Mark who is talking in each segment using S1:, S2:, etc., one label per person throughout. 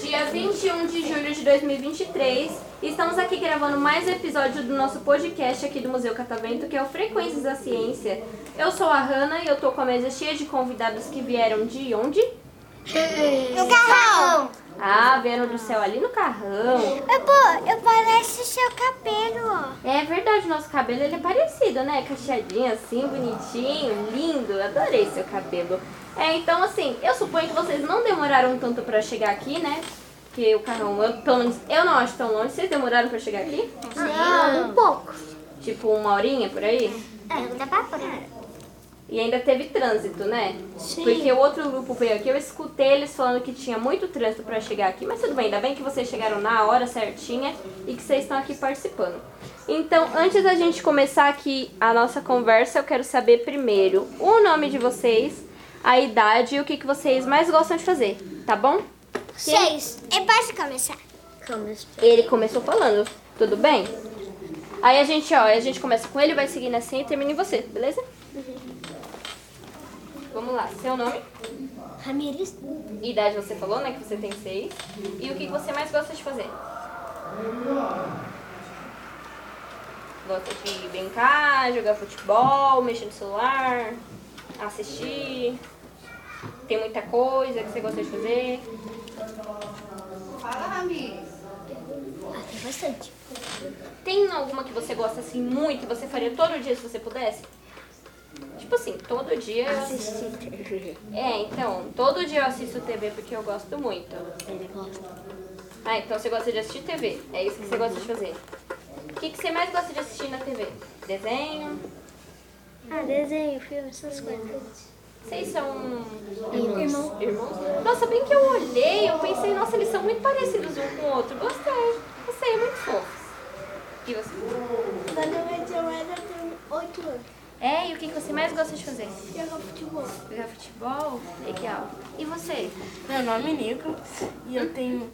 S1: Dia 21 de julho de 2023, estamos aqui gravando mais um episódio do nosso podcast aqui do Museu Catavento, que é o Frequências da Ciência. Eu sou a Hanna e eu tô com a mesa cheia de convidados que vieram de onde?
S2: No carrão.
S1: Ah, vieram do céu ali no carrão.
S2: Eu, pô, eu pareço seu cabelo.
S1: É verdade, nosso cabelo ele é parecido, né? Cacheadinho assim, bonitinho, lindo. Adorei seu cabelo. É, então assim, eu suponho que vocês não demoraram tanto pra chegar aqui, né? Porque o carrão, eu, pelo menos eu não acho tão longe. Vocês demoraram pra chegar aqui?
S2: Não. Um pouco.
S1: Tipo uma horinha por aí?
S2: É, dá pra pôr.
S1: E ainda teve trânsito, né? Sim. Porque o outro grupo veio aqui, eu escutei eles falando que tinha muito trânsito pra chegar aqui, mas tudo bem, ainda bem que vocês chegaram na hora certinha e que vocês estão aqui participando. Então, antes da gente começar aqui a nossa conversa, eu quero saber primeiro o nome de vocês, a idade e o que, que vocês mais gostam de fazer, tá bom?
S2: É. Seis. Eu posso começar? Começo.
S1: Ele começou falando, tudo bem? Aí a gente, ó, a gente começa com ele, vai seguindo assim e termina em você, beleza? Vamos lá, seu nome,
S2: Ramirez.
S1: idade você falou, né, que você tem seis, e o que que você mais gosta de fazer? Gosta de brincar, jogar futebol, mexer no celular, assistir, tem muita coisa que você gosta de fazer.
S2: Ah, tem bastante.
S1: Tem alguma que você gosta assim muito e você faria todo dia se você pudesse? Tipo assim, todo dia eu assisto. É, então, todo dia eu assisto TV porque eu gosto muito. Ah, então você gosta de assistir TV. É isso que você gosta de fazer. O que, que você mais gosta de assistir na TV? Desenho?
S2: Ah, desenho, filme, essas coisas.
S1: Vocês são irmãos. irmãos? Nossa, bem que eu olhei, eu pensei, nossa, eles são muito parecidos um com o outro. Gostei. Gostei, muito fofos. E você?
S2: Meu nome é Joana, eu tenho 8 anos.
S1: É, e o que que você mais gosta de fazer?
S2: Jogo futebol.
S1: Jogar futebol? Legal. E você?
S3: Meu nome é Nico e eu tenho.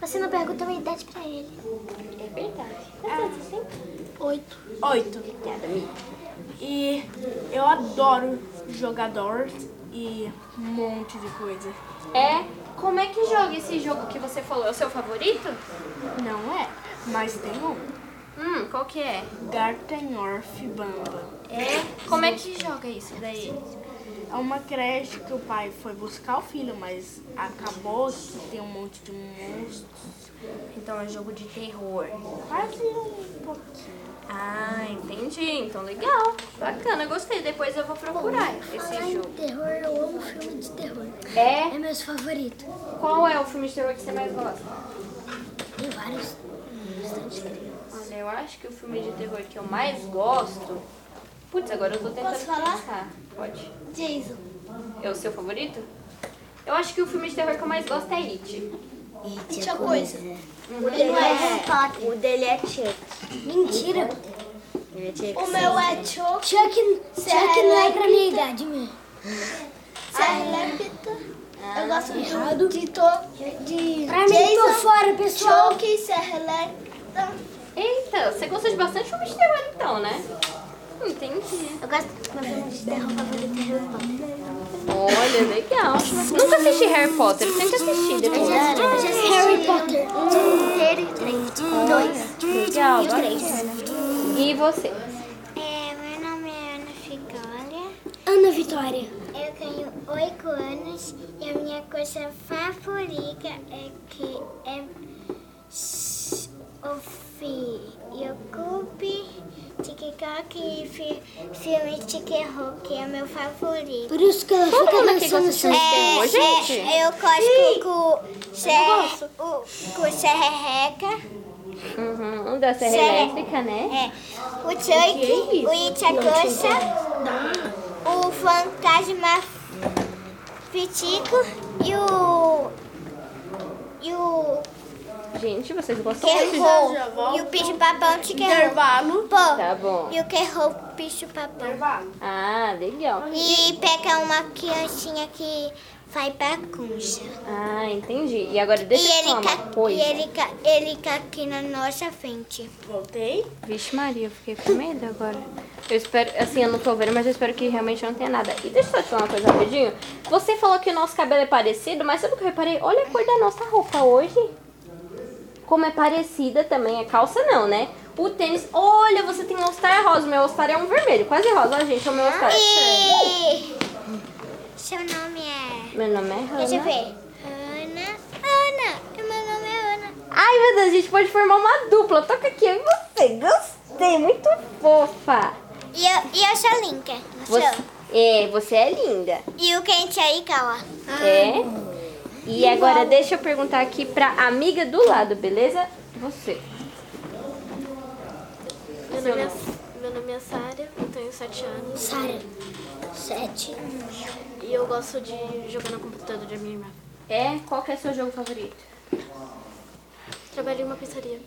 S2: Você não perguntou a idade pra ele.
S1: É verdade. Quantos você tem?
S2: Oito.
S3: Oito. E eu adoro jogador e um monte de coisa.
S1: É, como é que joga esse jogo que você falou? É o seu favorito?
S3: Não é, mas tem um.
S1: Hum, qual que é?
S3: Gartenorf Bamba.
S1: É? Como é que joga isso daí?
S3: É uma creche que o pai foi buscar o filho, mas acabou que tem um monte de monstros.
S1: Então é jogo de terror.
S3: Quase um pouquinho.
S1: Ah, entendi. Então legal. Bacana, gostei. Depois eu vou procurar esse jogo.
S2: terror, eu amo filme de terror.
S1: É?
S2: meus favoritos.
S1: Qual é o filme de terror que você mais gosta?
S2: Tem vários. Bastante criança.
S1: Olha, eu acho que o filme de terror que eu mais gosto. Putz, agora eu tô tentando
S2: Posso falar?
S1: pensar. Pode.
S2: Jason.
S1: É o seu favorito? Eu acho que o filme de terror que eu mais gosto é It.
S2: Tinha coisa. O dele é Harry Potter.
S4: O dele é Chuck.
S2: Mentira.
S4: Ele é Chuck.
S2: O meu é Chuck. Chuck, Chuck não é pra minha idade, minha.
S5: Eu gosto do, de, to, de
S2: Ah, Pra mim, tô fora, pessoal.
S5: Choke, Serra Elétrica.
S1: Eita, você gosta de bastante filme de terror então, né? Entendi.
S2: Eu gosto do meu filme de terror favorito é Harry Potter.
S1: Olha, legal. Nunca assisti Harry Potter, eu sempre assisti depois.
S2: Eu já assisti Harry Potter. Um inteiro e três. Dois.
S1: Legal,
S2: E o três.
S1: E você?
S5: É, meu nome é Ana Figólia.
S2: Ana Vitória.
S5: Eu tenho 8 anos e a minha coisa favorita é que é s- o fi- YouTube, TikTok e fi- filme de terror, que é meu favorito.
S2: Por isso que ela fica
S1: mundo aqui
S2: dançando
S1: gosta de
S2: essas
S1: terror,
S2: um
S1: gente?
S5: é, eu gosto com o Serra- o- com o Serreca.
S1: Uhum, da Serra
S5: Serra.
S1: Elétrica, né?
S5: É, o Chuck, o Itchagosa, o Fantasma Pitico e o. E o.
S1: Gente, vocês
S5: um
S1: gostam muito.
S5: Kerrou. E o Picho Papão de Kerrou.
S3: Intervalo.
S1: Tá bom.
S5: E o Kerrou
S3: Então
S5: Picho Papão.
S1: Ah, legal.
S5: E pega uma criancinha que faz bagunça.
S1: Ah, entendi. E agora deixa
S5: e
S1: eu te
S5: ele,
S1: falar
S5: ca,
S1: uma coisa.
S5: e ele, ca, ele ca aqui na nossa frente.
S3: Voltei?
S1: Vixe Maria, eu fiquei com medo agora. Eu espero, assim, eu não tô vendo, mas eu espero que realmente não tenha nada. E deixa eu só te falar uma coisa rapidinho. Você falou que o nosso cabelo é parecido, mas sabe o que eu reparei? Olha a cor da nossa roupa hoje. Como é parecida também, a calça não, né? O tênis, olha, você tem um All-Star rosa, o meu All-Star é um vermelho, quase rosa, Olha, gente, é o meu All-Star.
S5: E... Seu nome é.
S1: Meu nome é
S5: Deixa eu
S1: Hannah.
S5: ver. Ana. Ana. E Meu nome é Ana.
S1: Ai, meu Deus, a gente pode formar uma dupla. Toca aqui, eu e você, gostei, muito fofa.
S5: E eu, e eu sou Linka.
S1: Você, é, você é linda.
S5: E o quente aí, Kawa.
S2: Ah.
S1: É. E agora deixa eu perguntar aqui pra amiga do lado, beleza? Você.
S6: Meu nome, é, meu nome é Sara, eu tenho 7 anos
S5: Sara. Sete.
S6: e eu gosto de jogar no computador da minha irmã.
S1: É? Qual que é seu jogo favorito?
S6: Trabalho em uma pizzaria.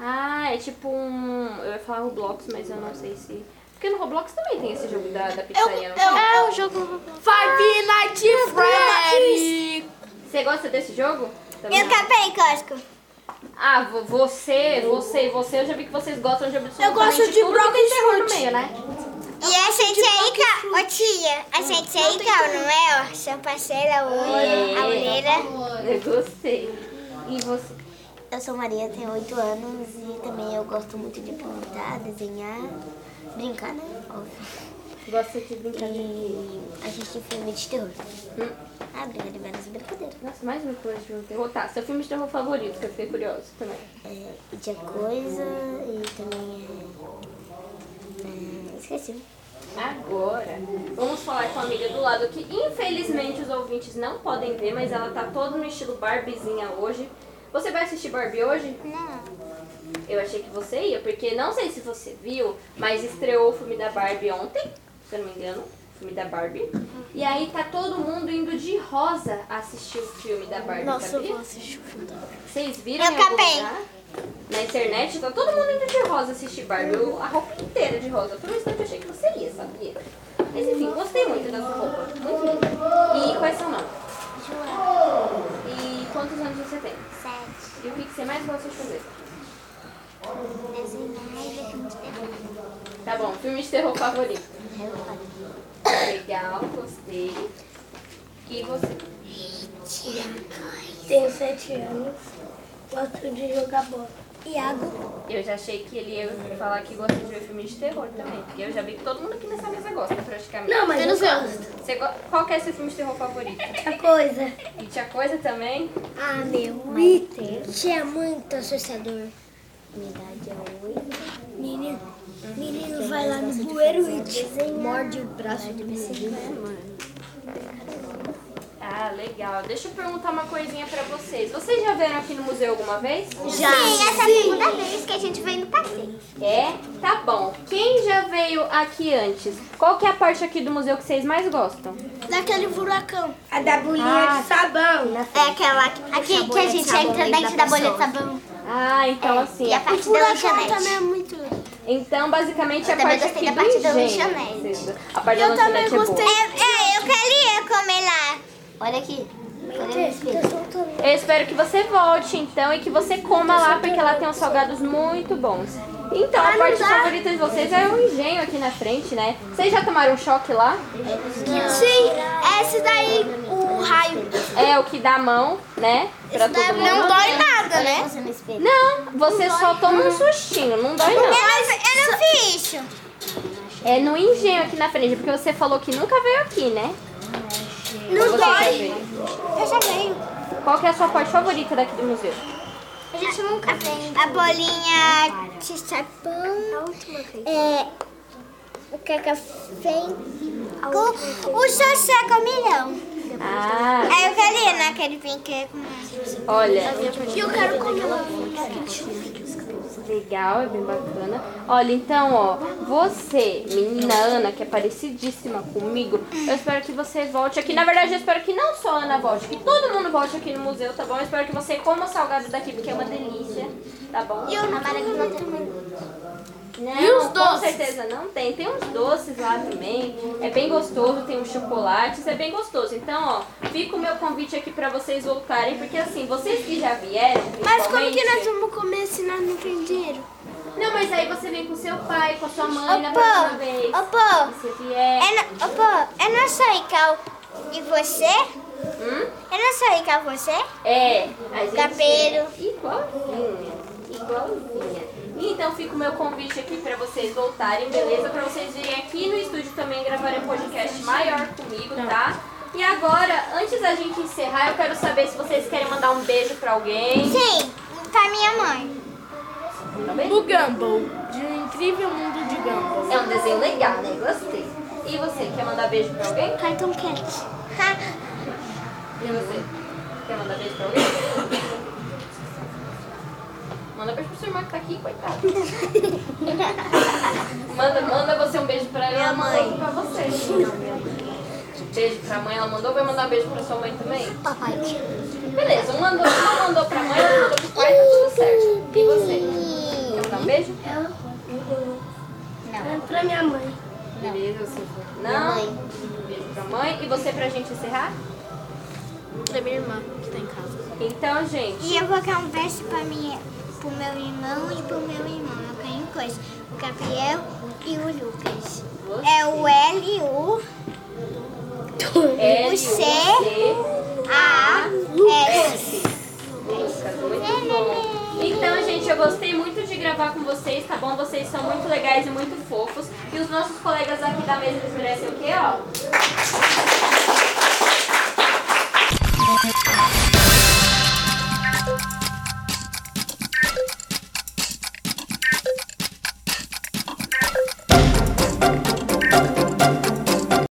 S1: Ah, é tipo um. Eu ia falar Roblox, mas eu não sei se. Porque no Roblox também tem esse jogo da, da pizzaria. não tem?
S6: É o jogo.
S3: Five Nights at Freddy!
S1: Você gosta desse jogo? Também?
S5: Eu capei, Cosco.
S1: Ah, vo- você, você e você, eu já vi que vocês gostam de absolutamente
S3: gosto de
S1: tudo que tem
S3: Broken
S1: terror no
S3: Fruit.
S1: meio, né?
S5: E a gente aí, Kawa. Ô tia, a gente aí, Kawa, não é? Ó, sua parceira, a Olha, a orelha.
S1: Eu gostei. E você?
S2: Eu sou Maria, tenho 8 anos e também eu gosto muito de pintar, desenhar, brincar, né? Óbvio.
S1: Gosta de brincar de.
S2: E assistir filme de terror.
S5: Hum.
S2: Ah, brincar de várias brincadeiras.
S1: Nossa, mais uma coisa de filme de terror. Tá, seu filme de terror favorito, que eu fiquei curioso também.
S2: É, e tinha coisa e também é... é esqueci.
S1: Agora, vamos falar com a amiga do lado que infelizmente os ouvintes não podem ver, mas ela tá toda no estilo Barbiezinha hoje. Você vai assistir Barbie hoje?
S5: Não.
S1: Eu achei que você ia, porque não sei se você viu, mas estreou o filme da Barbie ontem, se eu não me engano. o Filme da Barbie. E aí tá todo mundo indo de rosa assistir o filme da Barbie,
S6: Nossa, eu
S1: sabia?
S6: vou assistir o filme da Barbie.
S1: Vocês viram
S5: Eu
S1: em algum
S5: acabei.
S1: lugar? Na internet, tá todo mundo indo de rosa assistir Barbie. Eu- a roupa inteira de rosa. Por um instante eu achei que você ia, sabia? Mas enfim, gostei muito dessa roupa. Muito linda. E quais são nomes? E quantos anos você tem?
S5: Sete.
S1: E o que que você mais gosta de fazer?
S5: Desenhar e ver filme de terror.
S1: Tá bom, filme de terror favorito. Legal, gostei. E você?
S7: Tenho sete anos, gosto de jogar bola.
S5: Iago.
S1: Eu já achei que ele ia falar que gosta de ver filme de terror também. Porque eu já vi que todo mundo aqui nessa mesa gosta, praticamente.
S7: Não, mas eu gosto.
S1: Você go- Qual que é seu filme de terror favorito?
S7: A coisa.
S1: E tinha coisa também?
S7: Ah, meu. Peter.
S2: É muito assustador. Minha idade é 8.
S7: Menino. Menino vai lá no bueiro e te morde o braço do
S1: Ah, legal. Deixa eu perguntar uma coisinha pra vocês. Vocês já vieram aqui no museu alguma vez?
S5: Já. Sim, essa é a segunda vez que a gente vem no passeio.
S1: É? Tá bom. Quem já veio aqui antes? Qual que é a parte aqui do museu que vocês mais gostam?
S5: Daquele furacão.
S7: A da bolinha
S1: Ah, tá.
S7: de sabão.
S5: É aquela aqui que a gente entra dentro da bolha de sabão.
S1: Ah, então assim.
S5: E a parte da lanchonete. também é muito legal.
S1: Então, basicamente,
S5: Eu
S1: a
S5: também
S1: parte aqui
S5: gostei da parte
S1: do
S5: da
S1: engenho.
S5: lanchonete.
S1: A parte da lanchonete é boa.
S5: É, eu queria comer lá.
S2: Olha aqui.
S1: Eu espero que você volte, então, e que você coma lá, porque lá tem uns salgados muito bons. Então, a parte favorita de vocês é o engenho aqui na frente, né? Vocês já tomaram um choque lá?
S5: Sim, esse daí, o raio.
S1: É o que dá a mão, né? Pra todo
S5: Não
S1: mundo.
S5: dói nada, né?
S2: Você no espelho.
S1: Não, você só toma um sustinho, não dói não.
S5: Mas eu não fiz isso.
S1: É no engenho aqui na frente, porque você falou que nunca veio aqui, né? Ou
S5: Não
S1: você já veio?
S5: Eu já veio.
S1: Qual que é a sua parte favorita daqui do museu?
S5: A gente nunca vem. A bolinha de sabão. A última vez. É. O cacafém. O xoxé com milhão.
S1: Ah,
S5: Aí eu queria naquele brinquedo com
S1: olha,
S5: E eu quero comer lá.
S1: Legal, é bem bacana. Olha, então, ó, você, menina Ana, que é parecidíssima comigo, eu espero que você volte aqui. Na verdade, eu espero que não só a Ana volte, que todo mundo volte aqui no museu, tá bom? Eu espero que você coma o salgado daqui, porque é uma delícia, tá bom?
S5: Eu não quero comer também.
S1: Não,
S3: E os
S1: com
S3: doces?
S1: certeza não tem. Tem uns doces lá também. É bem gostoso, tem uns chocolates, é bem gostoso. Então, ó, fica o meu convite aqui pra vocês voltarem, porque assim, vocês que já vieram,
S5: Mas como que nós
S1: principalmente-
S5: vamos comer se nós não tem dinheiro?
S1: Não, mas aí você vem com seu pai, com a sua mãe na
S5: Opa,
S1: próxima vez.
S5: opa,
S1: Se vier.
S5: é, no- opa, é nosso Rical e você?
S1: Hum?
S5: É nosso Rical você?
S1: É, a gente
S5: Gapeiro.
S1: é igualzinha, igualzinha. E Então fica o meu convite aqui pra vocês voltarem, beleza? Pra vocês virem aqui no estúdio também gravarem um podcast maior comigo, tá? E agora, antes da gente encerrar, eu quero saber se vocês querem mandar um beijo pra alguém. Tá
S5: Sim, pra minha mãe.
S1: Também?
S3: O Gumball, de um incrível mundo de Gumball.
S1: É um desenho legal, né? Gostei. E você, quer mandar beijo pra alguém?
S5: Cartão Cat.
S1: E você? Quer mandar beijo pra alguém? Manda beijo pro seu irmão que tá aqui, coitado. manda, manda você um beijo pra ela, ela mandou outro pra você. Beijo pra mãe, ela mandou, vai mandar um beijo pra sua mãe também?
S2: Papai.
S1: Beleza, um mandou, uma mandou pra mãe, outra mandou pro pai, tá tudo certo. E você? Quer mandar um beijo?
S7: Pra minha mãe.
S1: Beleza, você. Não? Beijo pra mãe. E você pra gente encerrar?
S6: Pra minha irmã, que tá em casa.
S1: Então, gente.
S5: E eu vou quero um verso pra minha, pro meu irmão e pro meu irmão. Eu quero coisa. O Gabriel e o Lucas. É o L, U,
S1: L,
S5: o C, A, S.
S1: Lucas, muito bom. Então, gente, eu gostei muito de gravar com vocês, tá bom? Vocês são muito legais e muito fofos. E os nossos colegas aqui da mesa, eles merecem o quê, ó?